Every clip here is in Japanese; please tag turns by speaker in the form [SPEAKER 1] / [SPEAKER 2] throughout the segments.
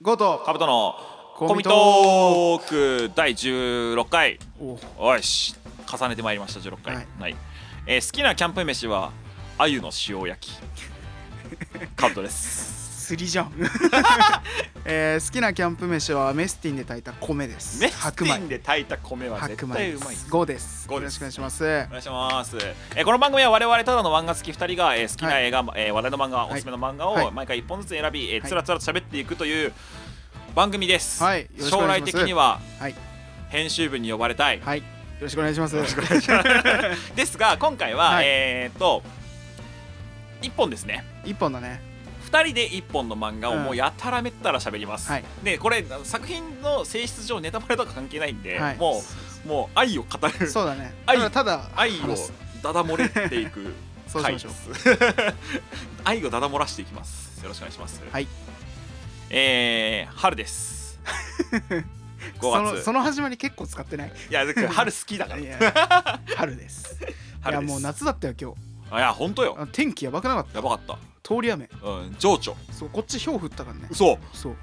[SPEAKER 1] ゴト
[SPEAKER 2] カブトのコ
[SPEAKER 1] コ
[SPEAKER 2] ミ
[SPEAKER 1] ミ
[SPEAKER 2] ト
[SPEAKER 1] ト
[SPEAKER 2] ーク第16回
[SPEAKER 1] おう
[SPEAKER 2] おいし重ねてまいりました16回、は
[SPEAKER 1] はいい
[SPEAKER 2] えー好きなキャンプ飯は鮎の塩 焼きカブトです
[SPEAKER 1] 釣りじゃん、 えー、好きなキャンプ飯はメスティンで炊いた米です
[SPEAKER 2] メスティ
[SPEAKER 1] 白
[SPEAKER 2] ン
[SPEAKER 1] 米
[SPEAKER 2] で炊いた米は
[SPEAKER 1] 白
[SPEAKER 2] 絶対
[SPEAKER 1] 米
[SPEAKER 2] う
[SPEAKER 1] で
[SPEAKER 2] まい
[SPEAKER 1] す5です
[SPEAKER 2] 五
[SPEAKER 1] よ
[SPEAKER 2] で
[SPEAKER 1] ろ
[SPEAKER 2] す
[SPEAKER 1] しくお願いします
[SPEAKER 2] お願いします、えーこの番組は我々ただの漫画好き2人が、えー好きな映画、えー話題の漫画、
[SPEAKER 1] い
[SPEAKER 2] おすすめの漫画
[SPEAKER 1] は
[SPEAKER 2] を
[SPEAKER 1] い
[SPEAKER 2] 毎回1本ずつ選び、えー
[SPEAKER 1] はい
[SPEAKER 2] つらつらと喋っていくという番組です、
[SPEAKER 1] はいよろしくお
[SPEAKER 2] 将
[SPEAKER 1] 願い
[SPEAKER 2] 来
[SPEAKER 1] します
[SPEAKER 2] 的には
[SPEAKER 1] はい
[SPEAKER 2] 編集部に呼ばれたい、
[SPEAKER 1] はいよろしくお願いしますよろしくお願いし
[SPEAKER 2] ですが今回は、
[SPEAKER 1] はい
[SPEAKER 2] えーっと1本ですね
[SPEAKER 1] 1本だね
[SPEAKER 2] 2人で1本の漫画を
[SPEAKER 1] うん
[SPEAKER 2] もうやたらめったら喋ります、
[SPEAKER 1] はい
[SPEAKER 2] でこれあの作品の性質上ネタバレとか関係ないんで、
[SPEAKER 1] はい
[SPEAKER 2] もうもう愛を語る
[SPEAKER 1] そうだね
[SPEAKER 2] 愛
[SPEAKER 1] ただただ
[SPEAKER 2] 愛を
[SPEAKER 1] 話す
[SPEAKER 2] ダダ漏れっていく
[SPEAKER 1] そうしましょう
[SPEAKER 2] 回です 愛をダダ漏らしていきますよろしくお願いします
[SPEAKER 1] はい
[SPEAKER 2] えー、春です
[SPEAKER 1] そ
[SPEAKER 2] 5
[SPEAKER 1] の
[SPEAKER 2] 月
[SPEAKER 1] その始まり結構使ってない
[SPEAKER 2] いやだから春好きだから
[SPEAKER 1] いや 春ですい
[SPEAKER 2] 春
[SPEAKER 1] や
[SPEAKER 2] です
[SPEAKER 1] もう夏だったよ今日
[SPEAKER 2] あいや本当よ
[SPEAKER 1] あ天気やばくなかっ
[SPEAKER 2] やばかった
[SPEAKER 1] た通り雨
[SPEAKER 2] うん情緒
[SPEAKER 1] そうこっち氷降ったからね
[SPEAKER 2] 嘘
[SPEAKER 1] そう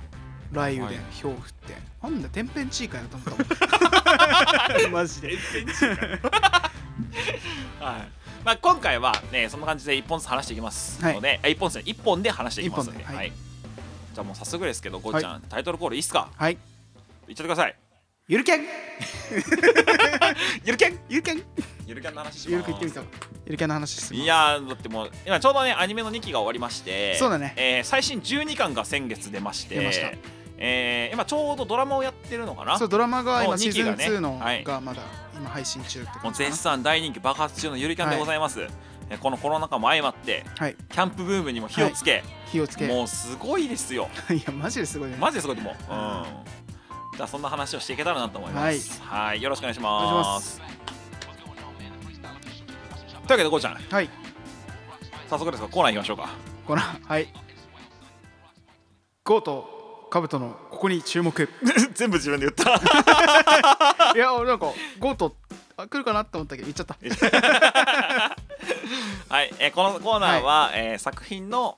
[SPEAKER 1] 雷雨で
[SPEAKER 2] はい
[SPEAKER 1] 氷降ってなんだ天変地異かよと思った もんマジで
[SPEAKER 2] はいまあ、今回は、ね、そんな感じで一本ずつ話していきます
[SPEAKER 1] はい
[SPEAKER 2] ので、あ一本ずつ一本で話していきますので
[SPEAKER 1] 一本で
[SPEAKER 2] は
[SPEAKER 1] はい
[SPEAKER 2] いじゃあもう早速ですけどゴーちゃん、タイトルコールいいっすか
[SPEAKER 1] はい
[SPEAKER 2] 言っちゃってください
[SPEAKER 1] ゆるキャン
[SPEAKER 2] ゆるけん
[SPEAKER 1] ゆるキャン
[SPEAKER 2] ゆるけんの話し
[SPEAKER 1] ゆ
[SPEAKER 2] ま
[SPEAKER 1] るく言ってみ
[SPEAKER 2] す
[SPEAKER 1] たゆるキャンの話する
[SPEAKER 2] いやーだってもう今ちょうどねアニメの2期が終わりまして
[SPEAKER 1] そうだね
[SPEAKER 2] えー最新12巻が先月出まして
[SPEAKER 1] 出ました
[SPEAKER 2] えー今ちょうどドラマをやってるのかな
[SPEAKER 1] そうドラマが
[SPEAKER 2] もう
[SPEAKER 1] 今シー
[SPEAKER 2] 二期
[SPEAKER 1] ズン
[SPEAKER 2] がね
[SPEAKER 1] 2の
[SPEAKER 2] はい
[SPEAKER 1] がまだ今配信中って
[SPEAKER 2] も
[SPEAKER 1] 感
[SPEAKER 2] う
[SPEAKER 1] じか
[SPEAKER 2] 絶賛大人気爆発中のゆるキャンでございます、えーこのコロナ禍も相まって
[SPEAKER 1] なはい
[SPEAKER 2] キャンプブームにも火をつけ、
[SPEAKER 1] 火をつけい
[SPEAKER 2] もうすごいですよ
[SPEAKER 1] やマジ ですごいね
[SPEAKER 2] マジですごいと思う、うん、じゃあそんな話をしていけたらなと思いますはいよろしくお願いします
[SPEAKER 1] お願いします
[SPEAKER 2] というわけでこうちゃん
[SPEAKER 1] はい
[SPEAKER 2] 早速ですがコーナー行きましょ うか
[SPEAKER 1] このはいゴーとカブトのここに注 目
[SPEAKER 2] 全部自分で言った
[SPEAKER 1] いや俺なんかゴートあ来るかなって思ったけど言っちゃった
[SPEAKER 2] はい、えーこのコーナーは、えー作品の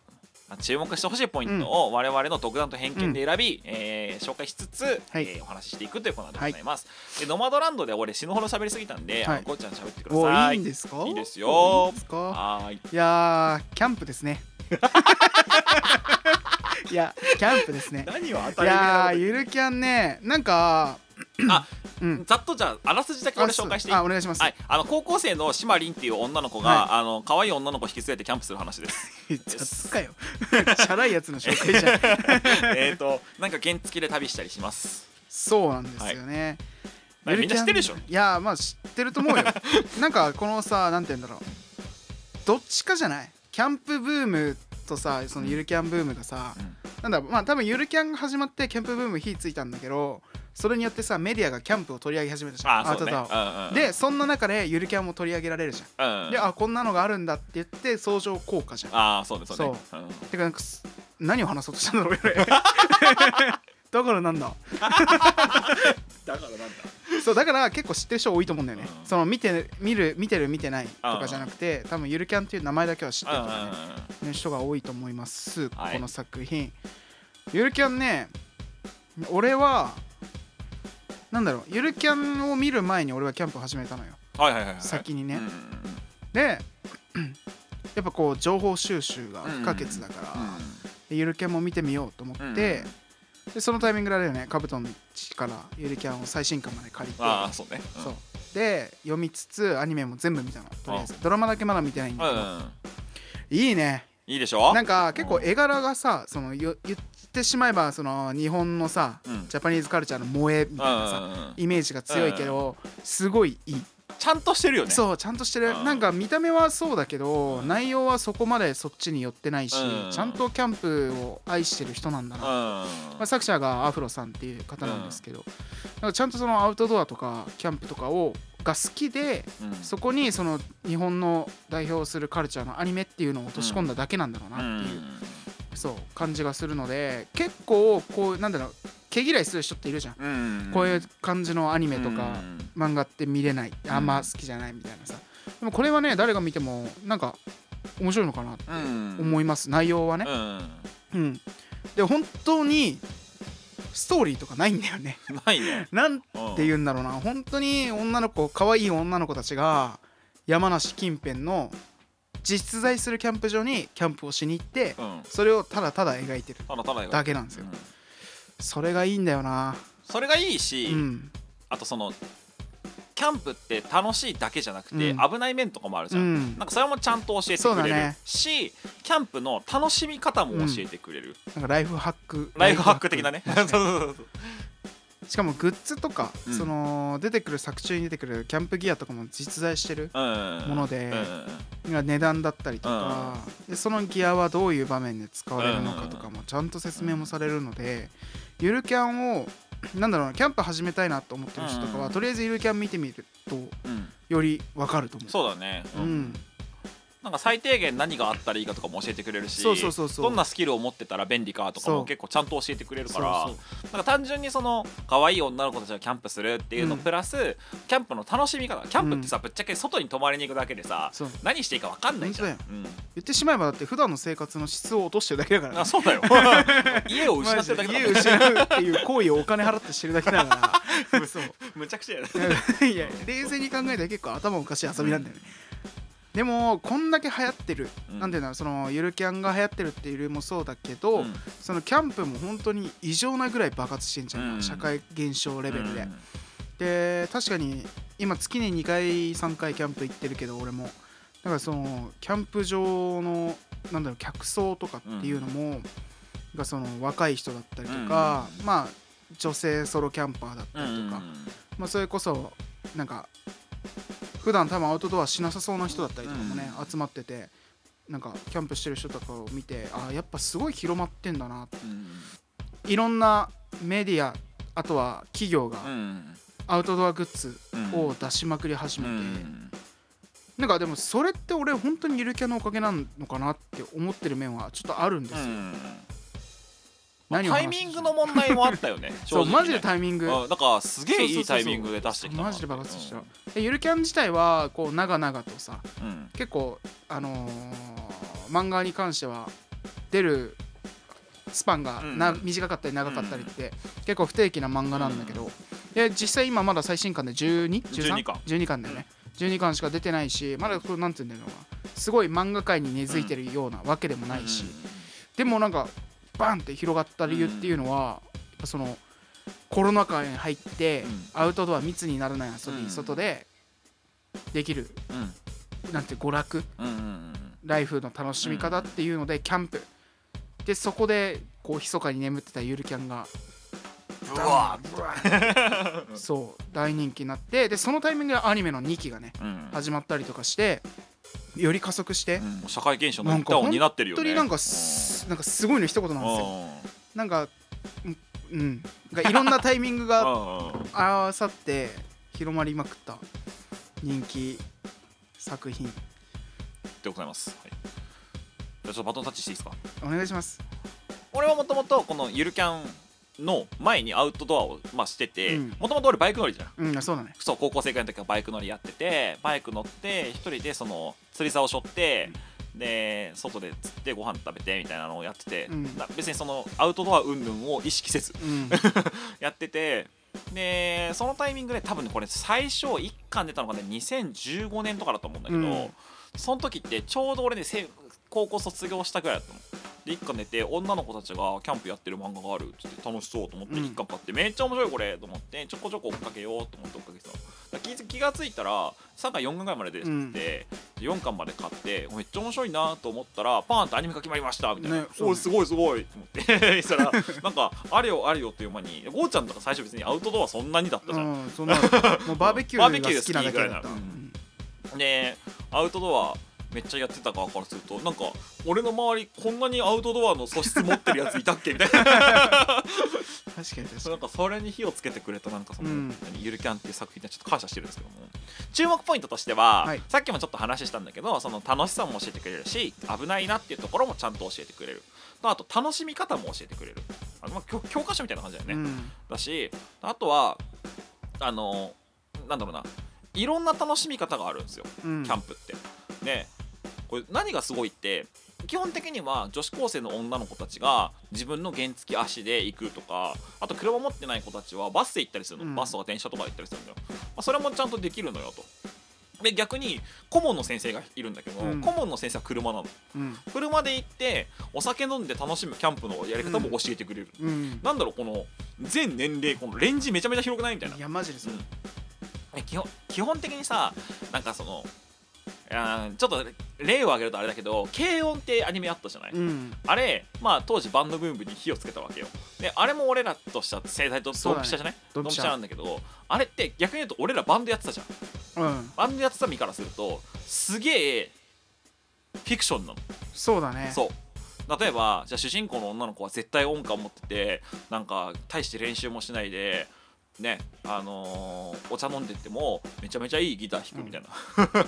[SPEAKER 2] まあ注目してほしいポイントを我々の独断と偏見で選び、えー紹介しつつ、
[SPEAKER 1] はい
[SPEAKER 2] えーお話ししていくというコーナーでございます、でノマドランドで俺死ぬほど喋りすぎたんで、
[SPEAKER 1] はい
[SPEAKER 2] あのこうちゃん喋ってくだ
[SPEAKER 1] お
[SPEAKER 2] さ
[SPEAKER 1] い
[SPEAKER 2] い
[SPEAKER 1] いんですか
[SPEAKER 2] いいですよ
[SPEAKER 1] いいんですか
[SPEAKER 2] はーい
[SPEAKER 1] いやーキャンプです ねいやキャンプですね
[SPEAKER 2] 何を当
[SPEAKER 1] いや
[SPEAKER 2] た
[SPEAKER 1] ー
[SPEAKER 2] り
[SPEAKER 1] ゆるキャンねなんか
[SPEAKER 2] あ
[SPEAKER 1] うん
[SPEAKER 2] ざっとじゃああらすじだけ俺紹介していい
[SPEAKER 1] あお願いします、
[SPEAKER 2] はい、あの高校生のシマリンっていう女の子が、
[SPEAKER 1] は
[SPEAKER 2] あの可愛い女の子を引き連れてキャンプする 話です。
[SPEAKER 1] 雑かよチャラいやつの紹介じゃん
[SPEAKER 2] えっと、なんか原付で旅したりします。
[SPEAKER 1] そうなんですよね、
[SPEAKER 2] は
[SPEAKER 1] ゆ
[SPEAKER 2] い
[SPEAKER 1] るキャン
[SPEAKER 2] みんな知ってるで
[SPEAKER 1] いやまあ知ってると 思うよなんかこのさなんて言うんだろうどっちかじゃないキャンプブームとさそのゆるキャンブームがさ、
[SPEAKER 2] うん
[SPEAKER 1] なんだろうまあ多分ゆるキャンが始まってキャンプブーム火ついたんだけどそれによってさメディアがキャンプを取り上げ始めたじゃん
[SPEAKER 2] あ、そうね。
[SPEAKER 1] ただ
[SPEAKER 2] うんうん、
[SPEAKER 1] でそんな中でゆるキャンも取り上げられるじゃ
[SPEAKER 2] うん
[SPEAKER 1] ん、
[SPEAKER 2] うん、
[SPEAKER 1] であこんなのがあるんだって言って相乗効果じゃん
[SPEAKER 2] あー、そうね、そうね。うん
[SPEAKER 1] てかなんかす何を話そうとしたんだろう 俺だからなんだ
[SPEAKER 2] だからなんだ。
[SPEAKER 1] そうだから結構知ってる人多いと思うんだよね、
[SPEAKER 2] うん
[SPEAKER 1] その見て見る見てる見てないとかじゃなくて、多分ゆるキャンっていう名前だけは知ってるとかね、
[SPEAKER 2] う
[SPEAKER 1] ね人が多いと思います、
[SPEAKER 2] はい
[SPEAKER 1] この作品ゆるキャンね俺はなんだろうゆるキャンを見る前に俺はキャンプを始めたのよ
[SPEAKER 2] ん、はいはいはいはい。
[SPEAKER 1] 先にね、
[SPEAKER 2] うんうん
[SPEAKER 1] で やっぱこう情報収集が不可欠だから、でゆるキャンも見てみようと思って、
[SPEAKER 2] うん
[SPEAKER 1] でそのタイミングであれよねカブトンチからゆるキャンを最新刊まで借りて
[SPEAKER 2] ああ、そうね。ん
[SPEAKER 1] そうで読みつつアニメも全部見たのとりあえずドラマだけまだ見てないんだけ
[SPEAKER 2] うん
[SPEAKER 1] ど、
[SPEAKER 2] うん。
[SPEAKER 1] いいね
[SPEAKER 2] いいでしょ
[SPEAKER 1] なんか結構絵柄がさそのよ言ってしまえばその日本のさ、
[SPEAKER 2] うん
[SPEAKER 1] ジャパニーズカルチャーの萌えみたいな
[SPEAKER 2] う
[SPEAKER 1] さ
[SPEAKER 2] んうんうん
[SPEAKER 1] イメージが強いけど、すごいいい
[SPEAKER 2] ちゃんとしてるよね。う。
[SPEAKER 1] そうちゃんとしてる
[SPEAKER 2] うん
[SPEAKER 1] なんか見た目はそうだけど内容はそこまでそっちに寄ってないし
[SPEAKER 2] うん
[SPEAKER 1] ちゃんとキャンプを愛してる人なんだ
[SPEAKER 2] ん。
[SPEAKER 1] な、ま
[SPEAKER 2] ま
[SPEAKER 1] あ、作者がアフロさんっていう方なんですけどなんかちゃんとそのアウトドアとかキャンプとかをが好きで
[SPEAKER 2] うん、
[SPEAKER 1] そこにその日本の代表するカルチャーのアニメっていうのを落とし込んだだけなんだろう
[SPEAKER 2] う
[SPEAKER 1] なっていう、
[SPEAKER 2] ん。
[SPEAKER 1] そう感じがするので結構こうなんだろう毛嫌いする人っているじゃん、
[SPEAKER 2] うん。
[SPEAKER 1] こういう感じのアニメとか、
[SPEAKER 2] うん
[SPEAKER 1] 漫画って見れないあんま好きじゃないみたいなさでもこれはね誰が見てもなんか面白いのかなって
[SPEAKER 2] うん。
[SPEAKER 1] 思います、内容はね
[SPEAKER 2] うん。
[SPEAKER 1] うん、で本当にストーリーとかないんだよね
[SPEAKER 2] ないね。
[SPEAKER 1] なん
[SPEAKER 2] うん
[SPEAKER 1] て言うんだろうな本当に女の子可愛い女の子たちが山梨近辺の実在するキャンプ場にキャンプをしに行って
[SPEAKER 2] うん。
[SPEAKER 1] それをただただ描いてる
[SPEAKER 2] ただただよ
[SPEAKER 1] だけなんですよ
[SPEAKER 2] うん
[SPEAKER 1] それがいいんだよな
[SPEAKER 2] それがいいうし、
[SPEAKER 1] ん
[SPEAKER 2] あとそのキャンプって楽しいだけじゃなくて、
[SPEAKER 1] うん
[SPEAKER 2] 危ない面とかもあるじ
[SPEAKER 1] う
[SPEAKER 2] ゃん、
[SPEAKER 1] ん
[SPEAKER 2] なんかそれもちゃんと教えて
[SPEAKER 1] そう
[SPEAKER 2] く
[SPEAKER 1] だ
[SPEAKER 2] れる、
[SPEAKER 1] ね
[SPEAKER 2] しキャンプの楽しみ方も教えてくれる、
[SPEAKER 1] なんかライフハック
[SPEAKER 2] ライフハック的なねそうそうそう
[SPEAKER 1] しかもグッズとか、
[SPEAKER 2] うん
[SPEAKER 1] その出てくる作中に出てくるキャンプギアとかも実在してる
[SPEAKER 2] うん
[SPEAKER 1] もので
[SPEAKER 2] うんうんうん
[SPEAKER 1] 値段だったりとか、でそのギアはどういう場面で使われるのかとかもちゃんと説明もされるので、ゆるキャンをなんだろうなキャンプ始めたいなと思ってる人とかは、
[SPEAKER 2] うん
[SPEAKER 1] とりあえずゆるキャン見てみると
[SPEAKER 2] うん
[SPEAKER 1] よりわかると思う。
[SPEAKER 2] そうだね、
[SPEAKER 1] う
[SPEAKER 2] うん
[SPEAKER 1] ん、
[SPEAKER 2] なんか最低限何があったらいいかとかも教えてくれるし
[SPEAKER 1] そうそうそうそう
[SPEAKER 2] どんなスキルを持ってたら便利かとか
[SPEAKER 1] そ
[SPEAKER 2] も
[SPEAKER 1] う
[SPEAKER 2] 結構ちゃんと教えてくれるから
[SPEAKER 1] そう
[SPEAKER 2] なんか単純にその可愛い女の子たちがキャンプするっていうの
[SPEAKER 1] うん
[SPEAKER 2] プラス、キャンプの楽しみ方キャンプってさ、ぶっちゃけ外に泊まりに行くだけでさ
[SPEAKER 1] そう
[SPEAKER 2] 何していいか分かんないじゃん
[SPEAKER 1] 本、言ってしまえばだって普段の生活の質を落としてるだけだか
[SPEAKER 2] う
[SPEAKER 1] ら
[SPEAKER 2] ん、あそ うだよ家を失ってるだけだ
[SPEAKER 1] マジで家を
[SPEAKER 2] もんね
[SPEAKER 1] 失うっていう行為をお金払ってしてるだけだから 嘘
[SPEAKER 2] むちゃくちゃやね
[SPEAKER 1] いや冷静に考えたら結構頭おかしい遊びなんだよね、でもこんだけ流行ってる、
[SPEAKER 2] うん
[SPEAKER 1] なんていうんだろうそのゆるキャンが流行ってるっていう理由もそうだけど、
[SPEAKER 2] うん
[SPEAKER 1] そのキャンプも本当に異常なぐらい爆発してんじゃん、
[SPEAKER 2] うん
[SPEAKER 1] 社会現象レベルで、
[SPEAKER 2] うん
[SPEAKER 1] で確かに今月に2回3回キャンプ行ってるけど俺もだからそのキャンプ場のなんだろう客層とかっていうのも、がその若い人だったりとか、まあ女性ソロキャンパーだった
[SPEAKER 2] う
[SPEAKER 1] り
[SPEAKER 2] ん
[SPEAKER 1] と
[SPEAKER 2] う
[SPEAKER 1] か、
[SPEAKER 2] ん
[SPEAKER 1] まあ、それこそなんか普段多分アウトドアしなさそうな人だったりとかもね、
[SPEAKER 2] うん
[SPEAKER 1] 集まっててなんかキャンプしてる人とかを見てあやっぱすごい広まってんだなっていろんなメディアあとは企業が
[SPEAKER 2] うん
[SPEAKER 1] アウトドアグッズ
[SPEAKER 2] うん
[SPEAKER 1] を出しまくり始
[SPEAKER 2] う
[SPEAKER 1] めて、
[SPEAKER 2] ん
[SPEAKER 1] なんかでもそれって俺本当にゆるキャンのおかげなのかなって思ってる面はちょっとあるんです
[SPEAKER 2] う
[SPEAKER 1] よ、
[SPEAKER 2] ん
[SPEAKER 1] 何を
[SPEAKER 2] タ
[SPEAKER 1] 話
[SPEAKER 2] イ
[SPEAKER 1] し
[SPEAKER 2] ミングの問題もあっ たよね
[SPEAKER 1] そうマジで
[SPEAKER 2] イ
[SPEAKER 1] タイミング
[SPEAKER 2] だからすげえい
[SPEAKER 1] そうそうそう
[SPEAKER 2] いタイミングで出してきたな
[SPEAKER 1] マジで爆発した、
[SPEAKER 2] うん
[SPEAKER 1] でゆるキャン自体はこう長々とさ
[SPEAKER 2] うん
[SPEAKER 1] 結構あのー漫画に関しては出るスパンがな、
[SPEAKER 2] うん
[SPEAKER 1] 短かったり長かったりって、結構不定期な漫画なんだけど、で実際今まだ最新巻で 12?13
[SPEAKER 2] 12巻
[SPEAKER 1] 12巻だよね、12巻しか出てないしまだこれなんて言うんだろうなすごい漫画界に根付いてるようなわけでもないし、でもなんかバンって広がった理由っていうのは、やっぱそのコロナ禍に入って、
[SPEAKER 2] うん
[SPEAKER 1] アウトドア密にならない遊び、
[SPEAKER 2] うん
[SPEAKER 1] 外でできる
[SPEAKER 2] うんうん
[SPEAKER 1] なんて娯楽
[SPEAKER 2] うんうんうん
[SPEAKER 1] ライフの楽しみ方っていうので、キャンプでそこでこう密かに眠ってたゆるキャンが
[SPEAKER 2] うわ
[SPEAKER 1] ブワー そう大人気になってでそのタイミングでアニメの2期がね
[SPEAKER 2] うん
[SPEAKER 1] 始まったりとかしてより加速して、
[SPEAKER 2] うん社会現象の一端を担って
[SPEAKER 1] 本
[SPEAKER 2] るよ
[SPEAKER 1] 当
[SPEAKER 2] ね
[SPEAKER 1] になんかすなんかすごいの一言なんですよなんかうんうんなんかいろんなタイミングが
[SPEAKER 2] うん
[SPEAKER 1] 合わさって広まりまくった人気作品
[SPEAKER 2] でございます、はい、じゃあちょっとバトンタッチしていいですか
[SPEAKER 1] お願いします
[SPEAKER 2] 俺はもともとこのゆるキャンの前にアウトドアを、まあ、してて
[SPEAKER 1] うん
[SPEAKER 2] もともと俺バイク乗りじゃん
[SPEAKER 1] うんそうだね
[SPEAKER 2] そう高校生ぐらいの時はバイク乗りやっててバイク乗って一人でその釣り竿を背負ってで外で釣ってご飯食べてみたいなのをやってて、
[SPEAKER 1] うん
[SPEAKER 2] な別にそのアウトドア云々を意識せず
[SPEAKER 1] うん
[SPEAKER 2] やっててでそのタイミングで多分ねこれ最初1巻出たのがね2015年とかだと思うんだけど、
[SPEAKER 1] うん
[SPEAKER 2] その時ってちょうど俺ねせ高校卒業したぐらいだったの。で1巻出て女の子たちがキャンプやってる漫画があるっつって楽しそうと思って
[SPEAKER 1] うん
[SPEAKER 2] 1巻買って、めっちゃ面白いこれと思ってちょこちょこ追っかけようと思って追っかけてたのだから気づ気がついたら3巻4巻ぐらいまで出てて、4巻まで買ってめっちゃ面白いなと思ったらパーンとアニメ化決まりましたみたいな、
[SPEAKER 1] ね
[SPEAKER 2] おいすごいすごいと思って したらなんかあれよあれよっていう間にゴーちゃんとか最初別にアウトドアそんなにだったじゃん
[SPEAKER 1] うん そんなのもうバーベキューが好きなだけだった
[SPEAKER 2] バーベキューが好きぐらいなのでアウトドアめっちゃやってた側からするとなんか俺の周りこんなにアウトドアの素質持ってるやついたっけみたい
[SPEAKER 1] 確かに確か
[SPEAKER 2] なな
[SPEAKER 1] に
[SPEAKER 2] んかそれに火をつけてくれたなんかその、
[SPEAKER 1] うん
[SPEAKER 2] ゆるキャンっていう作品にはちょっと感謝してるんですけども注目ポイントとしては、
[SPEAKER 1] はい
[SPEAKER 2] さっきもちょっと話したんだけどその楽しさも教えてくれるし危ないなっていうところもちゃんと教えてくれるあと楽しみ方も教えてくれるあの、まあ教教科書みたいな感じだよね、
[SPEAKER 1] うん
[SPEAKER 2] だしあとはあのなんだろうないろんな楽しみ方があるんですよ
[SPEAKER 1] うん
[SPEAKER 2] キャンプって。ねこれ何がすごいって基本的には女子高生の女の子たちが自分の原付き足で行くとかあと車持ってない子たちはバスで行ったりするの、
[SPEAKER 1] うん
[SPEAKER 2] バスとか電車とかで行ったりするんだよ、まあ、それもちゃんとできるのよとで逆に顧問の先生がいるんだけど、
[SPEAKER 1] うん
[SPEAKER 2] 顧問の先生は車なの
[SPEAKER 1] うん
[SPEAKER 2] 車で行ってお酒飲んで楽しむキャンプのやり方も教えてくれる、
[SPEAKER 1] うん
[SPEAKER 2] なんだろうこの全年齢このレンジめちゃめちゃ広くないみたいない
[SPEAKER 1] やマジでそう、
[SPEAKER 2] え基本基本的にさなんかそのあーちょっと例を挙げるとあれだけど「軽音」ってアニメあったじゃない、
[SPEAKER 1] うん
[SPEAKER 2] あれまあ当時バンドブームに火をつけたわけよであれも俺らとした生態とドンピシャじゃない
[SPEAKER 1] そ
[SPEAKER 2] ド
[SPEAKER 1] うだねド
[SPEAKER 2] ン
[SPEAKER 1] ン
[SPEAKER 2] ピ
[SPEAKER 1] ピシ
[SPEAKER 2] シャ
[SPEAKER 1] ャ
[SPEAKER 2] なんだけどあれって逆に言うと俺らバンドやってたじゃ
[SPEAKER 1] う
[SPEAKER 2] ん
[SPEAKER 1] ん、
[SPEAKER 2] バンドやってた身からするとすげえフィクションなの
[SPEAKER 1] そうだね
[SPEAKER 2] そう例えばじゃあ主人公の女の子は絶対音感持っててなんか大して練習もしないでねあのーお茶飲んでってもめちゃめちゃいいギター弾くみたいな、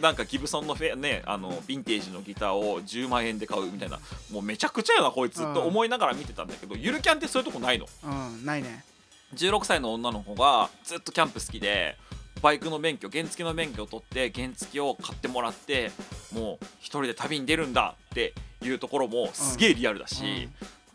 [SPEAKER 2] なんかギブソンのフェねあのヴィンテージのギターを10万円で買うみたいなもうめちゃくちゃやなこいつ
[SPEAKER 1] うん
[SPEAKER 2] と思いながら見てたんだけどゆるキャンってそういうとこないの
[SPEAKER 1] うんないね
[SPEAKER 2] 16歳の女の子がずっとキャンプ好きでバイクの免許原付の免許を取って原付を買ってもらってもう一人で旅に出るんだっていうところもすげえリアルだし、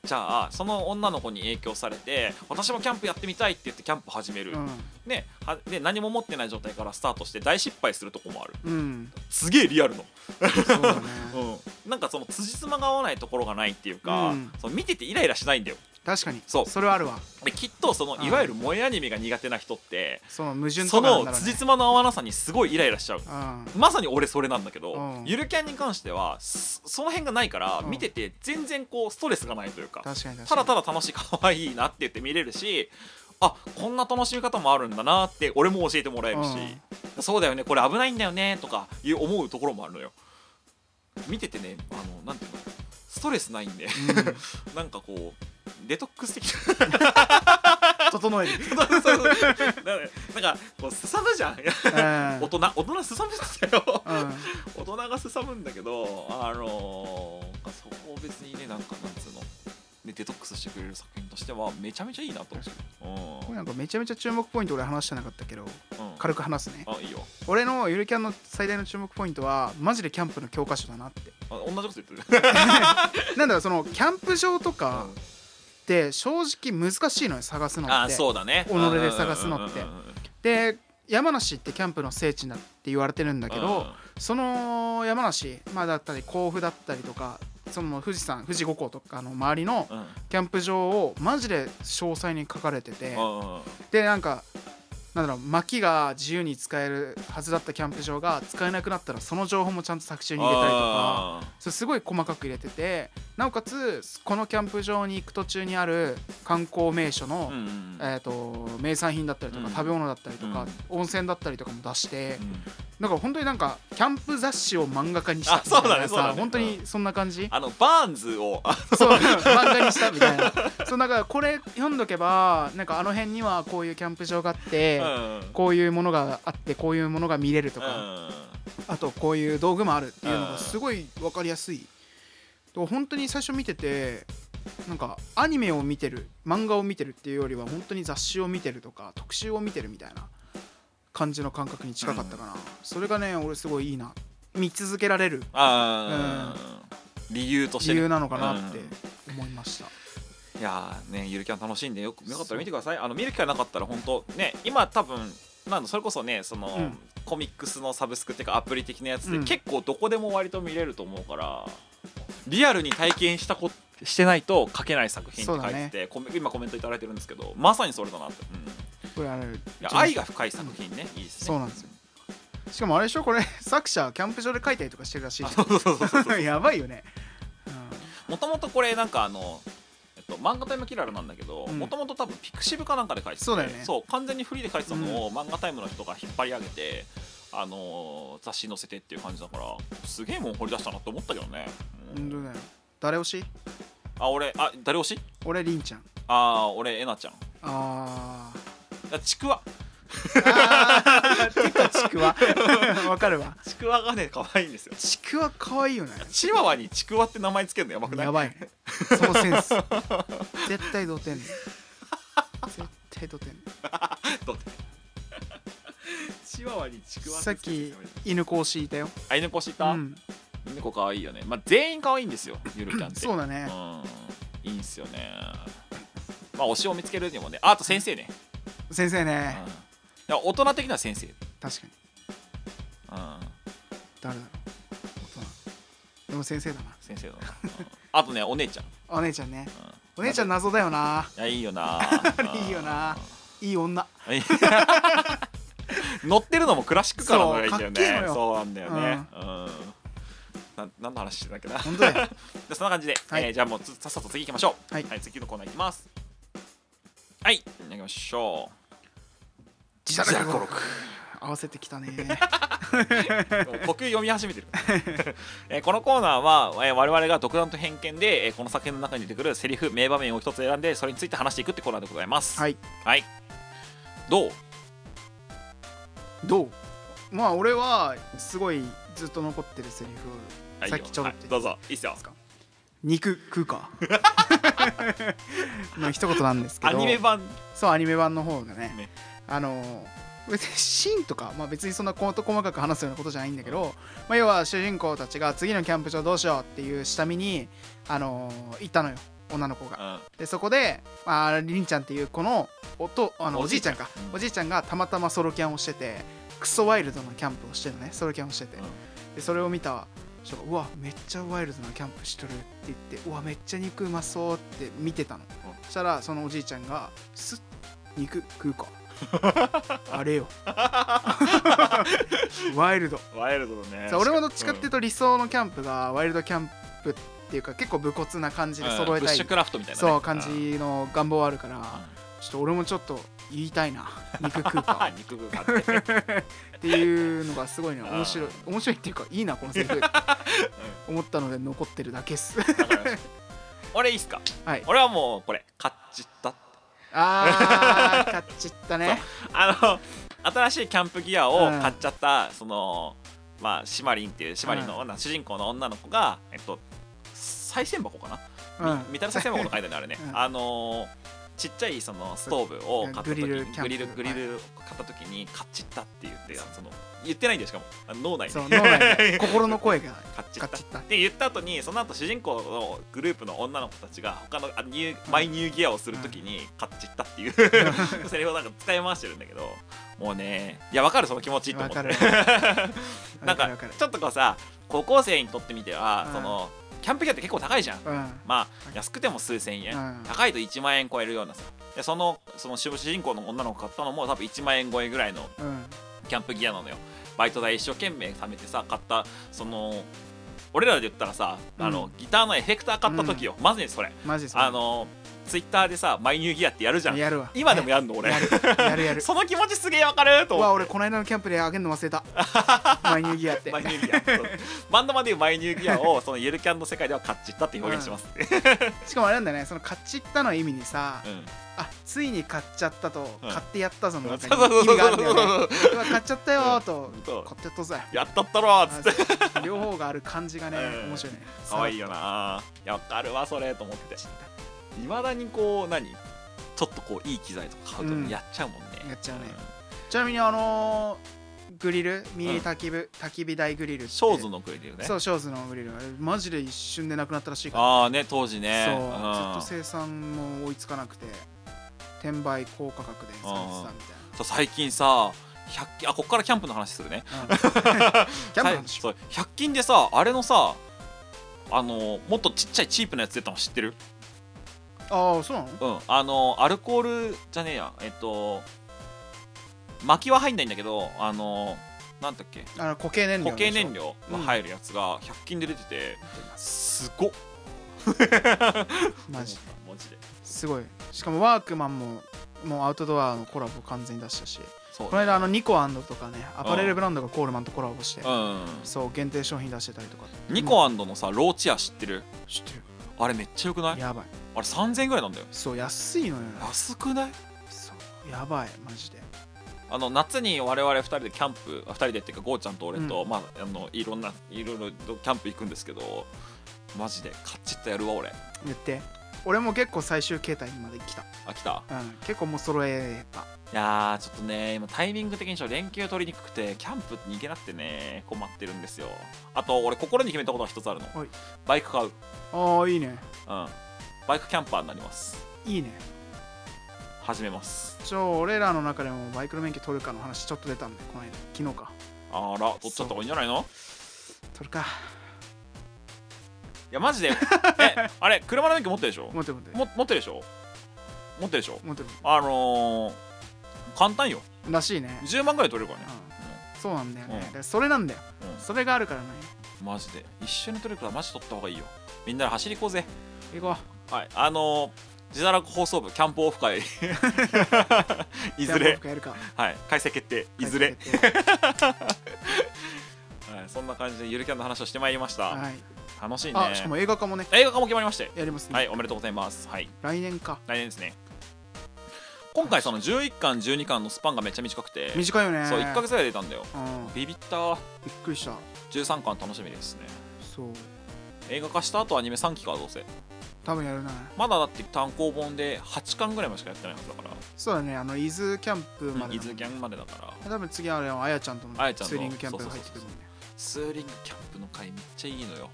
[SPEAKER 2] じゃあその女の子に影響されて私もキャンプやってみたいって言ってキャンプ始める、
[SPEAKER 1] うん
[SPEAKER 2] ねはで何も持ってない状態からスタートして大失敗するとこもある
[SPEAKER 1] うん、
[SPEAKER 2] すげえリアルの、
[SPEAKER 1] そうだね
[SPEAKER 2] うん、なんかその辻褄が合わないところがないっていうか、
[SPEAKER 1] うん
[SPEAKER 2] その見ててイライラしないんだよ
[SPEAKER 1] 確かに
[SPEAKER 2] そう
[SPEAKER 1] それはあるわ
[SPEAKER 2] できっとそのいわゆる萌えアニメが苦手な人って、
[SPEAKER 1] その矛盾
[SPEAKER 2] そ
[SPEAKER 1] とかなん
[SPEAKER 2] の
[SPEAKER 1] だろう
[SPEAKER 2] 辻
[SPEAKER 1] ね
[SPEAKER 2] 褄の合わなさにすごいイライラしちゃう
[SPEAKER 1] うん
[SPEAKER 2] まさに俺それなんだけど、
[SPEAKER 1] うん
[SPEAKER 2] ゆるキャンに関してはそその辺がないから
[SPEAKER 1] うん
[SPEAKER 2] 見てて全然こうストレスがないというか
[SPEAKER 1] 確かに確かに
[SPEAKER 2] ただただ楽しい可愛いなって言って見れるしあこんな楽しみ方もあるんだなって俺も教えてもらえるし、そうだよねこれ危ないんだよねとかいう思うところもあるのよ見ててねあのなんていうのストレスないんで
[SPEAKER 1] うん
[SPEAKER 2] なんかこうデトックス的な
[SPEAKER 1] 整え る
[SPEAKER 2] そうそうそうだからなんかこうすさむじゃん
[SPEAKER 1] うん
[SPEAKER 2] 大人大人すさむん だよ
[SPEAKER 1] うん
[SPEAKER 2] 大人がすさむんだけどあのー、そこを別にねなんかなんつうのでデトックスしてくれる作品としてはめちゃめちゃいいなと思
[SPEAKER 1] こ
[SPEAKER 2] うう
[SPEAKER 1] れ
[SPEAKER 2] ん
[SPEAKER 1] なんかめちゃめちゃ注目ポイント俺話してなかったけど
[SPEAKER 2] うん
[SPEAKER 1] 軽く話すね
[SPEAKER 2] あいいよ
[SPEAKER 1] 俺のゆるキャンの最大の注目ポイントはマジでキャンプの教科書だなって
[SPEAKER 2] あ同じこと言ってる
[SPEAKER 1] なんだろうそのキャンプ場と かって正直難しいのよ探すの
[SPEAKER 2] あ
[SPEAKER 1] って
[SPEAKER 2] そうだね
[SPEAKER 1] 己で探すのって
[SPEAKER 2] うんうんうんうん
[SPEAKER 1] で山梨ってキャンプの聖地だって言われてるんだけどその山梨、まあ、だったり甲府だったりとかその富士山富士五湖とかの周りの
[SPEAKER 2] うんうん
[SPEAKER 1] キャンプ場をマジで詳細に書かれてて
[SPEAKER 2] うんうんうん
[SPEAKER 1] でなんかなんだろう薪が自由に使えるはずだったキャンプ場が使えなくなったらその情報もちゃんと作中に入れたりとか
[SPEAKER 2] あー
[SPEAKER 1] それすごい細かく入れててなおかつこのキャンプ場に行く途中にある観光名所の、
[SPEAKER 2] うんうん
[SPEAKER 1] えー、と名産品だったりとか、
[SPEAKER 2] うん
[SPEAKER 1] 食べ物だったりとか、温泉だったりとかも出して
[SPEAKER 2] う、ん
[SPEAKER 1] だから本当になんかキャンプ雑誌を漫画化にした
[SPEAKER 2] あそうだね
[SPEAKER 1] みたいなさ
[SPEAKER 2] そうだね
[SPEAKER 1] 本当にそんな感じ、
[SPEAKER 2] あのバーンズをあ
[SPEAKER 1] そう漫画にしたみたいなそうだからこれ読んどけばなんかあの辺にはこういうキャンプ場があって、
[SPEAKER 2] うん
[SPEAKER 1] こういうものがあってこういうものが見れるとか、
[SPEAKER 2] う
[SPEAKER 1] あとこういう道具もあるっていうの
[SPEAKER 2] うん
[SPEAKER 1] がすごい分かりやすいと本当に最初見ててなんかアニメを見てる漫画を見てるっていうよりは本当に雑誌を見てるとか特集を見てるみたいな感じの感覚に近かったかな、それがね俺すごいいいな見続けられる
[SPEAKER 2] あー理由として
[SPEAKER 1] 理
[SPEAKER 2] ね
[SPEAKER 1] 由なのかなって
[SPEAKER 2] うん
[SPEAKER 1] 思いました、
[SPEAKER 2] いやーねゆるキャン楽しんでよくよかったら見てくださいあの見る機会なかったら本当ね今多分なんだそれこそねその、
[SPEAKER 1] うん
[SPEAKER 2] コミックスのサブスクっていうかアプリ的なやつで、
[SPEAKER 1] うん
[SPEAKER 2] 結構どこでも割と見れると思うからリアルに体験したこしてないと書けない作品って書い
[SPEAKER 1] そう
[SPEAKER 2] て
[SPEAKER 1] だ
[SPEAKER 2] て、コメ今コメントいただいてるんですけどまさにそれだなって、うんい
[SPEAKER 1] これあれ
[SPEAKER 2] や愛が深い作品ね、いいですね
[SPEAKER 1] そうなん ですよしかもあれでしょこれ作者キャンプ場で書いたりとかしてるらしい
[SPEAKER 2] あそうそうそうそう
[SPEAKER 1] じゃんやばいよね、
[SPEAKER 2] もともとこれなんかあの、えっと、漫画タイムキラルなんだけど
[SPEAKER 1] うん
[SPEAKER 2] もともと多分ピクシブかなんかで書いてて
[SPEAKER 1] そうだよね
[SPEAKER 2] そう完全にフリーで書いてたのを、漫画タイムの人が引っ張り上げて、あのー雑誌に載せてっていう感じだからすげえもん掘り出したなと思ったけどね、
[SPEAKER 1] う、
[SPEAKER 2] うんん
[SPEAKER 1] 本当だよ誰推し
[SPEAKER 2] あ俺あ誰推し
[SPEAKER 1] 俺りんちゃん
[SPEAKER 2] あー俺えなちゃん
[SPEAKER 1] あー
[SPEAKER 2] あちくわ
[SPEAKER 1] あーてかちく わわかるわ
[SPEAKER 2] ちくわがね可愛いんですよ
[SPEAKER 1] ちくわ可愛いよね
[SPEAKER 2] チワワにちくわって名前つけるのやばくない
[SPEAKER 1] やばいねそのセンス絶対同点絶対同点
[SPEAKER 2] チワワにちくわ
[SPEAKER 1] さっ
[SPEAKER 2] つけて
[SPEAKER 1] き犬子を敷いたよ、
[SPEAKER 2] あ犬越しいうた、
[SPEAKER 1] ん、
[SPEAKER 2] 猫可愛いよねまあ全員可愛いんですよゆるキャン って
[SPEAKER 1] そうだね
[SPEAKER 2] うんいいんすよねまあ推しを見つけるにもねああと先生ね、
[SPEAKER 1] 先生
[SPEAKER 2] うん、い
[SPEAKER 1] ね
[SPEAKER 2] や大人的な先生、うん、
[SPEAKER 1] 確かに誰だろう大人でも先生だな
[SPEAKER 2] 先生だな、うんあとねお姉ちゃん、
[SPEAKER 1] お姉ちゃんね
[SPEAKER 2] うん
[SPEAKER 1] お姉ちゃん謎だよない
[SPEAKER 2] やいいよな
[SPEAKER 1] いいよないい女
[SPEAKER 2] うん乗ってるのもクラシックカラーのがいい
[SPEAKER 1] そうかっ
[SPEAKER 2] んだよ
[SPEAKER 1] けえ
[SPEAKER 2] ね
[SPEAKER 1] のよ
[SPEAKER 2] そうなんだよねうん、な何の話してたっけな
[SPEAKER 1] 本当だよ
[SPEAKER 2] でそんな感じで、
[SPEAKER 1] はい
[SPEAKER 2] えーじゃあもうつさっさと次行きましょう
[SPEAKER 1] はい
[SPEAKER 2] 次のコーナー行きますはい行きましょう
[SPEAKER 1] 自
[SPEAKER 2] 堕
[SPEAKER 1] 堕
[SPEAKER 2] 落
[SPEAKER 1] 落
[SPEAKER 2] 語
[SPEAKER 1] 語
[SPEAKER 2] 録
[SPEAKER 1] 録合わせてきたね
[SPEAKER 2] でも呼吸読み始めてる、 えーこのコーナーは、えー我々が独断と偏見で、えーこの作品の中に出てくるセリフ名場面を一つ選んでそれについて話していくってコーナーでございます
[SPEAKER 1] はい
[SPEAKER 2] はい、どう
[SPEAKER 1] どうまあ俺はすごいずっと残ってるセリフ
[SPEAKER 2] はい
[SPEAKER 1] さっきちょろっと
[SPEAKER 2] はいどうぞいいっすよ
[SPEAKER 1] 肉食う かの一言なんですけど
[SPEAKER 2] アニメ版
[SPEAKER 1] そうアニメ版の方がね
[SPEAKER 2] ね
[SPEAKER 1] あの別にシーンとか、まあ、別にそんなこと細かく話すようなことじゃないんだけど、まあ、要は主人公たちが次のキャンプ場どうしようっていう下見にあの行ったのよ女の子が
[SPEAKER 2] うん
[SPEAKER 1] でそこで、まあ、りんちゃんっていう子のおとあの
[SPEAKER 2] お
[SPEAKER 1] お
[SPEAKER 2] じ
[SPEAKER 1] じ
[SPEAKER 2] い
[SPEAKER 1] い
[SPEAKER 2] ち
[SPEAKER 1] ち
[SPEAKER 2] ゃ
[SPEAKER 1] ゃ
[SPEAKER 2] ん
[SPEAKER 1] んか
[SPEAKER 2] うん
[SPEAKER 1] おじいちゃんがたまたまソロキャンをしててクソワイルドなキャンプをしてるのねソロキャンをしてて、
[SPEAKER 2] うん
[SPEAKER 1] でそれを見た人が「うわめっちゃワイルドなキャンプしとる」って言って「うわめっちゃ肉うまそう」って見てたの、
[SPEAKER 2] ん
[SPEAKER 1] そしたらそのおじいちゃんが「すっ肉食う か」あれよワイルド
[SPEAKER 2] ワイルドだね
[SPEAKER 1] さ俺もどっちかっていう
[SPEAKER 2] と、
[SPEAKER 1] と理想のキャンプがワイルドキャンプっていうか結構武骨な感じで揃え
[SPEAKER 2] ブッ
[SPEAKER 1] たい
[SPEAKER 2] シュクラフトみたいなね、
[SPEAKER 1] そう感じの願望はあるからちょっと俺もちょっと言いたいな肉食う
[SPEAKER 2] あ
[SPEAKER 1] か
[SPEAKER 2] 肉食うかって
[SPEAKER 1] っていうのがすごいね
[SPEAKER 2] あー
[SPEAKER 1] 面白い面白いっていうかいいなこのセリ フ思ったので残ってるだけっす
[SPEAKER 2] わかりました俺いいっすか
[SPEAKER 1] はい
[SPEAKER 2] 俺はもうこれ買っちった
[SPEAKER 1] あー買っちったね
[SPEAKER 2] あの新しいキャンプギアを
[SPEAKER 1] うん
[SPEAKER 2] 買っちゃった、そのまあシマリンっていうシマリンの女、主人公の女の子がえっと再銭箱か
[SPEAKER 1] う
[SPEAKER 2] な、
[SPEAKER 1] ん
[SPEAKER 2] み見たら再銭箱の書いてあるねあれね、
[SPEAKER 1] うん
[SPEAKER 2] あのーちっちゃいそのストーブを買った時
[SPEAKER 1] グ
[SPEAKER 2] にグ
[SPEAKER 1] リ
[SPEAKER 2] リ
[SPEAKER 1] ルキャンプ
[SPEAKER 2] ルグリルを買った時に買っちったって言ってその言ってないんだよしかもあの脳内で
[SPEAKER 1] そう脳内 で心の声が
[SPEAKER 2] 買っちゃ
[SPEAKER 1] 買っ
[SPEAKER 2] っ
[SPEAKER 1] たち
[SPEAKER 2] っ
[SPEAKER 1] った
[SPEAKER 2] て言った後にその後主人公のグループの女の子たちが他のあニューマイニューギアをするときに買っちゃった っていうセリフをなんか使い回してるんだけどもうねいやわかるその気持ちと思って
[SPEAKER 1] わかる
[SPEAKER 2] な
[SPEAKER 1] わかる
[SPEAKER 2] んか
[SPEAKER 1] わかる
[SPEAKER 2] ちょっとこうさ高校生にとってみては、
[SPEAKER 1] うん
[SPEAKER 2] そのキャンプギアって結構高いじゃん
[SPEAKER 1] うんうん
[SPEAKER 2] まあ安くても数千円、
[SPEAKER 1] うん
[SPEAKER 2] 高いと1万円超えるようなさでそのその主人公の女の子買ったのも多分1万円超えぐらいの
[SPEAKER 1] うん
[SPEAKER 2] キャンプギアなのよバイト代一生懸命貯めてさ買ったその俺らで言ったらさ、
[SPEAKER 1] うん
[SPEAKER 2] あのギターのエフェクター買った時よ、まずにそれ
[SPEAKER 1] マジです
[SPEAKER 2] あのツイッターでさ「マイニューギア」ってやるじゃん
[SPEAKER 1] やるわ
[SPEAKER 2] 今でも やんの俺
[SPEAKER 1] やるやるやる
[SPEAKER 2] その気持ちすげえわかると
[SPEAKER 1] う
[SPEAKER 2] 思
[SPEAKER 1] わ
[SPEAKER 2] っ
[SPEAKER 1] 俺この間のキャンプであげんの忘れ たマイニューギアってて
[SPEAKER 2] マイニューギアそうバンドマンでいうマイニューギアをそのゆるキャンの世界では買っちったって表現しますって、
[SPEAKER 1] しかもあれなんだよねその買っちったの意味にさ
[SPEAKER 2] うん
[SPEAKER 1] あついに買っちゃったと、
[SPEAKER 2] うん
[SPEAKER 1] 買ってやったぞの中
[SPEAKER 2] そう
[SPEAKER 1] に
[SPEAKER 2] そうそう
[SPEAKER 1] 意味があ
[SPEAKER 2] そ
[SPEAKER 1] る
[SPEAKER 2] うん
[SPEAKER 1] だよねうわ買っちゃったよーと
[SPEAKER 2] そう
[SPEAKER 1] 買ってやった ぜ
[SPEAKER 2] やったったろーっつっ
[SPEAKER 1] あ
[SPEAKER 2] て
[SPEAKER 1] 両方がある感じがね
[SPEAKER 2] うん
[SPEAKER 1] 面白いね
[SPEAKER 2] 可愛いよないやわかるわそれと思っていまだにこう何ちょっとこういい機材とか買うとね
[SPEAKER 1] うん
[SPEAKER 2] やっちゃうもんね、
[SPEAKER 1] やっちゃうね
[SPEAKER 2] ん
[SPEAKER 1] ちなみにあのーグリルミニ焚き火、焚き火台グリルって
[SPEAKER 2] ショーズのグリルね
[SPEAKER 1] そうショーズのグリルあれマジで一瞬でなくなったらしいか
[SPEAKER 2] ああね当時
[SPEAKER 1] ら、
[SPEAKER 2] ね
[SPEAKER 1] そう、
[SPEAKER 2] ん
[SPEAKER 1] ずっと生産も追いつかなくて転売高価格でされてたみたいな
[SPEAKER 2] そう最近さ100均あこっからキャンプの話するね
[SPEAKER 1] うんキ ャンプなんでしょ
[SPEAKER 2] そう100均でさあれのさあのもっとちっちゃいチープなやつ出たの知ってる
[SPEAKER 1] ああそうなの
[SPEAKER 2] うんあのアルコールじゃねえやえっと薪は入んないんだけどあのなんだっけ
[SPEAKER 1] あの固形燃料
[SPEAKER 2] 固形燃
[SPEAKER 1] 料
[SPEAKER 2] 料が入るやつが100均で出てて、すごっ
[SPEAKER 1] マジ
[SPEAKER 2] マジです
[SPEAKER 1] ごいしかもワークマンももうアウトドアのコラボ完全に出したし
[SPEAKER 2] そう
[SPEAKER 1] この間あのニコアンドとかねアパレルブランドがコールマンとコラボして
[SPEAKER 2] うん
[SPEAKER 1] そう限定商品出してたりとか
[SPEAKER 2] ニコ
[SPEAKER 1] アン
[SPEAKER 2] アンドのさローチア知ってる
[SPEAKER 1] 知ってる
[SPEAKER 2] あれめっちゃよくない
[SPEAKER 1] やばい
[SPEAKER 2] あれ3000円ぐらいなんだよ
[SPEAKER 1] そう安いのよ
[SPEAKER 2] 安くない
[SPEAKER 1] そうやばいマジで
[SPEAKER 2] あの夏に我々2人でキャンプ2人でっていうかゴーちゃんと俺と、
[SPEAKER 1] う
[SPEAKER 2] まあ、あのいろんないろいろとキャンプ行くんですけどマジでカチッとやるわ俺
[SPEAKER 1] 言って俺も結構最終形態にまで来た、
[SPEAKER 2] あ来た
[SPEAKER 1] うん、結構もう揃えた
[SPEAKER 2] いやーちょっとね今タイミング的にちょっと連休取りにくくてキャンプに行けなくてね困ってるんですよあと俺心に決めたことが一つあるの、
[SPEAKER 1] はい
[SPEAKER 2] バイク買ううん
[SPEAKER 1] ああいいね
[SPEAKER 2] バイクキャンパーになります
[SPEAKER 1] いいね
[SPEAKER 2] 始めます
[SPEAKER 1] ちょ俺らの中でもバイクの免許取るかの話ちょっと出たんでこの間昨日か
[SPEAKER 2] あら取っちゃった方がいいんじゃないの
[SPEAKER 1] 取るか
[SPEAKER 2] いやマジ でえあれ車の免許持ってるでしょ
[SPEAKER 1] 持って持って
[SPEAKER 2] も持ってるでしょ持ってるでしょ
[SPEAKER 1] 持って
[SPEAKER 2] あのー、簡単よ
[SPEAKER 1] らしいね、
[SPEAKER 2] 10万ぐらい取れるからね、
[SPEAKER 1] うん、そうなんだよね、
[SPEAKER 2] うん
[SPEAKER 1] だからそれなんだよ
[SPEAKER 2] うんうん
[SPEAKER 1] それがあるからね
[SPEAKER 2] マジで一緒に取れるからマジ取った方がいいよみんなで走り行こうぜ
[SPEAKER 1] 行こ
[SPEAKER 2] はいあのー、自堕落放送部キャンプオフ 会
[SPEAKER 1] う
[SPEAKER 2] い
[SPEAKER 1] い
[SPEAKER 2] ずれ
[SPEAKER 1] やるか
[SPEAKER 2] はい、開催決定、いずれ、
[SPEAKER 1] 帰ってき て
[SPEAKER 2] はい、そんな感じでゆるキャンの話をしてまいりました。
[SPEAKER 1] はい
[SPEAKER 2] 楽しいね
[SPEAKER 1] あしかも映画化もね
[SPEAKER 2] 映画化も決まりまして、
[SPEAKER 1] やりますね、
[SPEAKER 2] はい、おめでとうございます。はい、
[SPEAKER 1] 来年か
[SPEAKER 2] 来年ですね。今回、その11巻、12巻のスパンがめっちゃ短くて、
[SPEAKER 1] 短いよね
[SPEAKER 2] そう、1ヶ月ぐらいで出たんだよ。
[SPEAKER 1] うん
[SPEAKER 2] ビビった、
[SPEAKER 1] びっくりした
[SPEAKER 2] 13巻楽しみですね。
[SPEAKER 1] そう
[SPEAKER 2] 映画化した後アニメ3期か、どうせ。
[SPEAKER 1] 多分やるな
[SPEAKER 2] まだだって単行本で8巻ぐらいまでしかやってないはずだから、
[SPEAKER 1] そうだねあの伊豆キャンプまで、
[SPEAKER 2] 伊豆キャンまでだから、
[SPEAKER 1] 多分次あれはあやちゃんとの
[SPEAKER 2] あやちゃんの
[SPEAKER 1] ツーリングキャンプが入ってくるもんね
[SPEAKER 2] ツーリングキャンプの回めっちゃいいのよ、
[SPEAKER 1] わ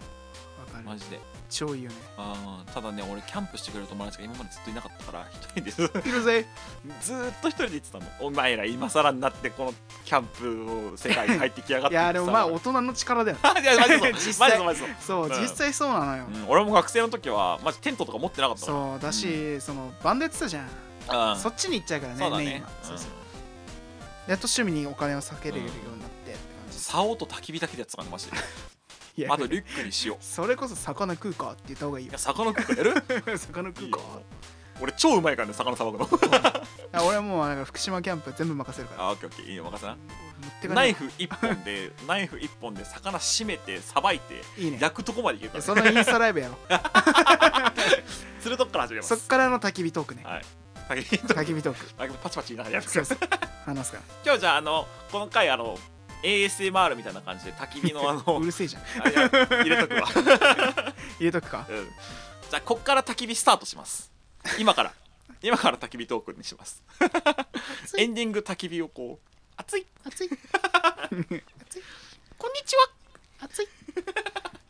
[SPEAKER 1] か
[SPEAKER 2] マ
[SPEAKER 1] る
[SPEAKER 2] ジで。
[SPEAKER 1] 超いいよね
[SPEAKER 2] あーただね、俺、キャンプしてくれる友達が今までずっといなかったから、一人です。
[SPEAKER 1] いるぜ
[SPEAKER 2] ずーっと一人で言ってたのお前ら今更になってこのキャンプを世界に入ってきやが
[SPEAKER 1] い
[SPEAKER 2] って
[SPEAKER 1] やでも まあ
[SPEAKER 2] 俺
[SPEAKER 1] 大人の力だよ
[SPEAKER 2] いやマジでそう
[SPEAKER 1] 実
[SPEAKER 2] マ
[SPEAKER 1] 際
[SPEAKER 2] ジでそうマジで
[SPEAKER 1] そう
[SPEAKER 2] うん
[SPEAKER 1] 実際そうなのよ
[SPEAKER 2] そう、うん、俺も学生の時はマジテントとか持ってなかったも
[SPEAKER 1] そう
[SPEAKER 2] ん
[SPEAKER 1] だしそのバンドやってたじゃん
[SPEAKER 2] うん
[SPEAKER 1] そっちに行っちゃうから
[SPEAKER 2] そ
[SPEAKER 1] ね
[SPEAKER 2] うだ
[SPEAKER 1] メイン
[SPEAKER 2] ね
[SPEAKER 1] は
[SPEAKER 2] う
[SPEAKER 1] そ
[SPEAKER 2] ん
[SPEAKER 1] うそうやっと趣味にお金を避けれるようになってって感じ
[SPEAKER 2] 竿と焚き火だけでやってたからマジで
[SPEAKER 1] いや
[SPEAKER 2] あとリュックにしよう
[SPEAKER 1] それこそ魚食うかって言った方がいい
[SPEAKER 2] い
[SPEAKER 1] よ
[SPEAKER 2] や魚食うかやる
[SPEAKER 1] 魚食うか
[SPEAKER 2] いいよ俺超うまいからね魚さばくの
[SPEAKER 1] いや俺はもうだから福島キャンプ全部任せるから
[SPEAKER 2] あオッケーオッケーいいよ任せな
[SPEAKER 1] 持ってか
[SPEAKER 2] ナ
[SPEAKER 1] ない
[SPEAKER 2] イフ一本で ナイフ一本で魚締めてさばいて
[SPEAKER 1] いいね
[SPEAKER 2] 焼くとこまでいけるから、ね、
[SPEAKER 1] そのインスタライブやろ
[SPEAKER 2] するとこから始めま
[SPEAKER 1] そっ
[SPEAKER 2] す
[SPEAKER 1] からの焚き火トークね
[SPEAKER 2] はい焚き火と
[SPEAKER 1] 焚き火トーク
[SPEAKER 2] 焚き火パチパチ言いながらやる
[SPEAKER 1] そうそう話すか
[SPEAKER 2] 今日じゃああのこの回あの ASMR みたいな感じで焚き火のあ
[SPEAKER 1] ら
[SPEAKER 2] の
[SPEAKER 1] うるせえじゃん
[SPEAKER 2] あいや入れとくわ、 うん、
[SPEAKER 1] 入れとくか
[SPEAKER 2] じゃあこっから焚き火スタートします今から今から焚き火トークにし ます
[SPEAKER 1] 熱
[SPEAKER 2] エ
[SPEAKER 1] い
[SPEAKER 2] ンディング焚き火をこう熱い
[SPEAKER 1] 熱い熱い
[SPEAKER 2] こんにちは
[SPEAKER 1] 熱い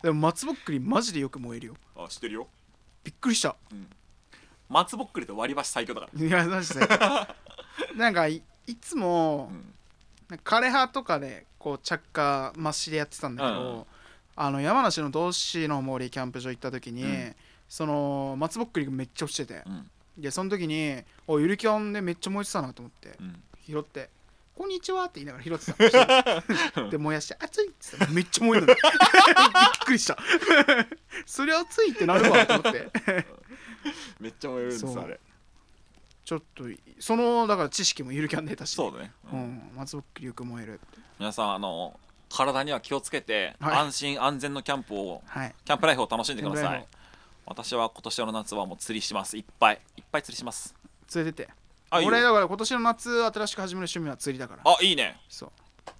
[SPEAKER 1] でも松ぼっくりマジでよく燃えるよ
[SPEAKER 2] あ知ってるよ
[SPEAKER 1] びっくりした
[SPEAKER 2] 松ぼっくりと割り箸最強だから
[SPEAKER 1] いやマジ でなんかいいつも
[SPEAKER 2] うん
[SPEAKER 1] なんか枯葉とかでこう着火増しでやってたんだけど、
[SPEAKER 2] うん
[SPEAKER 1] あの山梨の道志の森キャンプ場行った時に、
[SPEAKER 2] うん
[SPEAKER 1] その松ぼっくりがめっちゃ落ちてて
[SPEAKER 2] うん
[SPEAKER 1] でその時に「おゆるキャンでめっちゃ燃えてたな」と思って
[SPEAKER 2] うん
[SPEAKER 1] 拾って「こんにちは」って言いながら拾ってた で燃やして「熱い」っつってめっちゃ燃えるの びっくりした そりゃ熱いってなるわと思って
[SPEAKER 2] めっちゃ燃えるんです
[SPEAKER 1] そう
[SPEAKER 2] あれ
[SPEAKER 1] ちょっとそのだから知識もゆるキャンで得たし
[SPEAKER 2] そうだね、
[SPEAKER 1] う
[SPEAKER 2] うん
[SPEAKER 1] ん、松ぼっくりよく燃えるって
[SPEAKER 2] 皆さんあの体には気をつけて、
[SPEAKER 1] はい
[SPEAKER 2] 安心安全のキャンプを
[SPEAKER 1] はい
[SPEAKER 2] キャンプライフを楽しんでくだ
[SPEAKER 1] キャンプ
[SPEAKER 2] さ
[SPEAKER 1] ライフ
[SPEAKER 2] い。私は今年の夏はもう釣りします。いっぱい。いっぱい釣りします。
[SPEAKER 1] 連れてって
[SPEAKER 2] あ、いい
[SPEAKER 1] 俺
[SPEAKER 2] よ
[SPEAKER 1] だから今年の夏新しく始める趣味は釣りだから
[SPEAKER 2] あ、いいね。
[SPEAKER 1] そう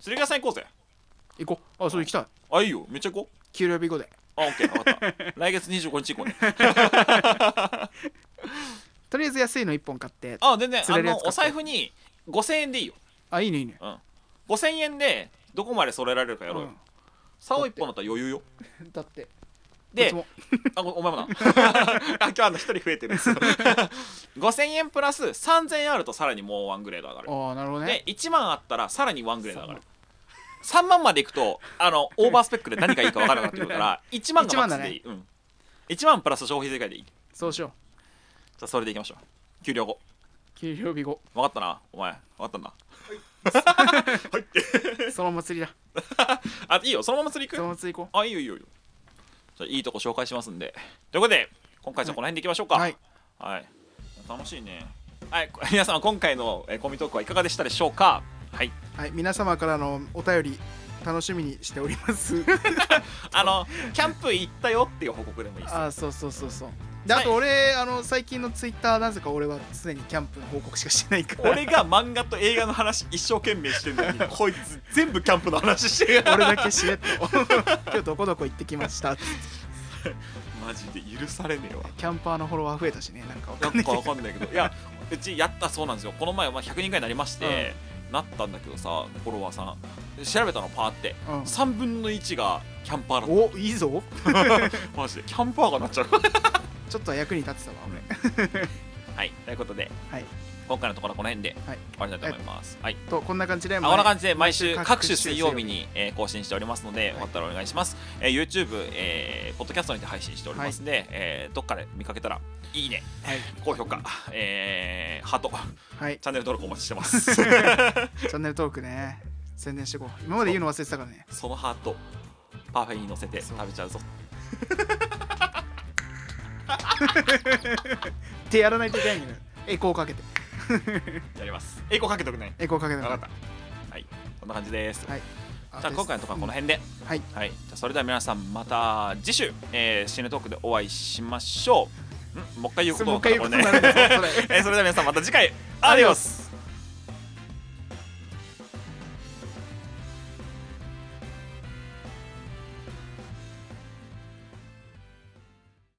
[SPEAKER 2] 釣り屋さん行こうぜ。
[SPEAKER 1] 行こうあそう行きたい
[SPEAKER 2] あ、いいよ。めっちゃ行こう。
[SPEAKER 1] 給料日後で
[SPEAKER 2] あ、オッケー。わか った。来月25日行こうね。
[SPEAKER 1] とりあえず安いの1本買って
[SPEAKER 2] あ、全然。
[SPEAKER 1] 釣
[SPEAKER 2] あ
[SPEAKER 1] れるや
[SPEAKER 2] の
[SPEAKER 1] つ、買
[SPEAKER 2] お
[SPEAKER 1] って
[SPEAKER 2] 財布に5000円でいいよ。
[SPEAKER 1] あいいねいいね
[SPEAKER 2] うん。5000円でどこまで揃えられるかやろうよ。竿一本だったら余裕よ。
[SPEAKER 1] うんだって
[SPEAKER 2] で
[SPEAKER 1] いつ、も
[SPEAKER 2] あ、ご お前もな。あ、今日あの一人増えてるんですよ。5000円プラス3000円あるとさらにもうワングレード上がる。
[SPEAKER 1] ああなるほどね
[SPEAKER 2] で1万あったらさらにワングレード上がる3万までいくとあのオーバースペックで何がいいか分からなくなってくるから 1万がマックスでいい,うん、1万プラス消費税外でいいじ
[SPEAKER 1] そうしよ
[SPEAKER 2] ゃあそれでいきましょう給料後
[SPEAKER 1] う給料日 後
[SPEAKER 2] 分かったなお前分かったんだ
[SPEAKER 1] そのまま釣りだ
[SPEAKER 2] あいいよそのまま釣り
[SPEAKER 1] そのま
[SPEAKER 2] 行く
[SPEAKER 1] ま釣り行こ
[SPEAKER 2] あいいよいいよいいよじゃあいいとこ紹介しますんでということで今回じゃあこの辺でいきましょう
[SPEAKER 1] う
[SPEAKER 2] か
[SPEAKER 1] はい
[SPEAKER 2] はい楽しいねはいこ 皆さん今回のえーコミトークはいかがでしたでしょうかはい
[SPEAKER 1] はい皆様からのお便り楽しみにしております
[SPEAKER 2] あのキャンプ行ったよっていう報告でもいいで す
[SPEAKER 1] あそうそうそうそうで
[SPEAKER 2] はい
[SPEAKER 1] あと俺あの最近のツイッターなぜか俺は常にキャンプの報告しかしてないから
[SPEAKER 2] 俺が漫画と映画の話一生懸命してるのにこいつ全部キャンプの話してる
[SPEAKER 1] 俺だけしれっと今日どこどこ行ってきましたって
[SPEAKER 2] マジで許されねえわ
[SPEAKER 1] キャンパーのフォロワー増えたしねなんかわ
[SPEAKER 2] な
[SPEAKER 1] かんなんいけ
[SPEAKER 2] か
[SPEAKER 1] ど
[SPEAKER 2] わかんないけどいやうちやったそうなんですよこの前まあ100人ぐらいになりまして、なったんだけどさフォロワーさんで調べたのパーって、
[SPEAKER 1] うん
[SPEAKER 2] 3分の1がキャンパーだっ
[SPEAKER 1] おいいぞ
[SPEAKER 2] たマジでキャンパーがなっちゃう
[SPEAKER 1] ちょっとは役に立ってたわ俺
[SPEAKER 2] はいということで、
[SPEAKER 1] はい
[SPEAKER 2] 今回のところはこの辺で
[SPEAKER 1] はい
[SPEAKER 2] 終わりたいと思います、はい
[SPEAKER 1] とこんな感じで
[SPEAKER 2] あこんな感じで毎
[SPEAKER 1] 毎
[SPEAKER 2] 週
[SPEAKER 1] 週
[SPEAKER 2] 各
[SPEAKER 1] 各
[SPEAKER 2] 種
[SPEAKER 1] 種
[SPEAKER 2] 水
[SPEAKER 1] 水
[SPEAKER 2] 曜
[SPEAKER 1] 曜日
[SPEAKER 2] 日に、えー更新しておりますの
[SPEAKER 1] い
[SPEAKER 2] で、終わったらお願いします、えー YouTube、えーポッドキャストにて配信しておりますので、えーどっかで見かけたらいいね、
[SPEAKER 1] はい
[SPEAKER 2] 高評価、えーハート
[SPEAKER 1] はい
[SPEAKER 2] チャンネル登録お待ちしてます
[SPEAKER 1] チャンネル登録ね宣伝していこう今まで言うの忘れてたからね
[SPEAKER 2] そのハートパーフェイに乗せて食べちゃうぞ
[SPEAKER 1] ってやらないといけないんだけどエコーかけて
[SPEAKER 2] やります栄光かけとくね
[SPEAKER 1] エコーかけても
[SPEAKER 2] 分からっ
[SPEAKER 1] う
[SPEAKER 2] たはいこんな感じです、
[SPEAKER 1] はい
[SPEAKER 2] じゃあ今回のところはこの辺で、
[SPEAKER 1] うんはい
[SPEAKER 2] はい、じゃあそれでは皆さんまた次週、えー、シネトークでお会いしましょう。んもう一回言うこと
[SPEAKER 1] もう一
[SPEAKER 2] わか
[SPEAKER 1] 回言
[SPEAKER 2] ん
[SPEAKER 1] うこと
[SPEAKER 2] な
[SPEAKER 1] にな
[SPEAKER 2] いこれ
[SPEAKER 1] るんだ
[SPEAKER 2] ね
[SPEAKER 1] ぞそれ
[SPEAKER 2] えーそれでは皆さんまた次回アディオス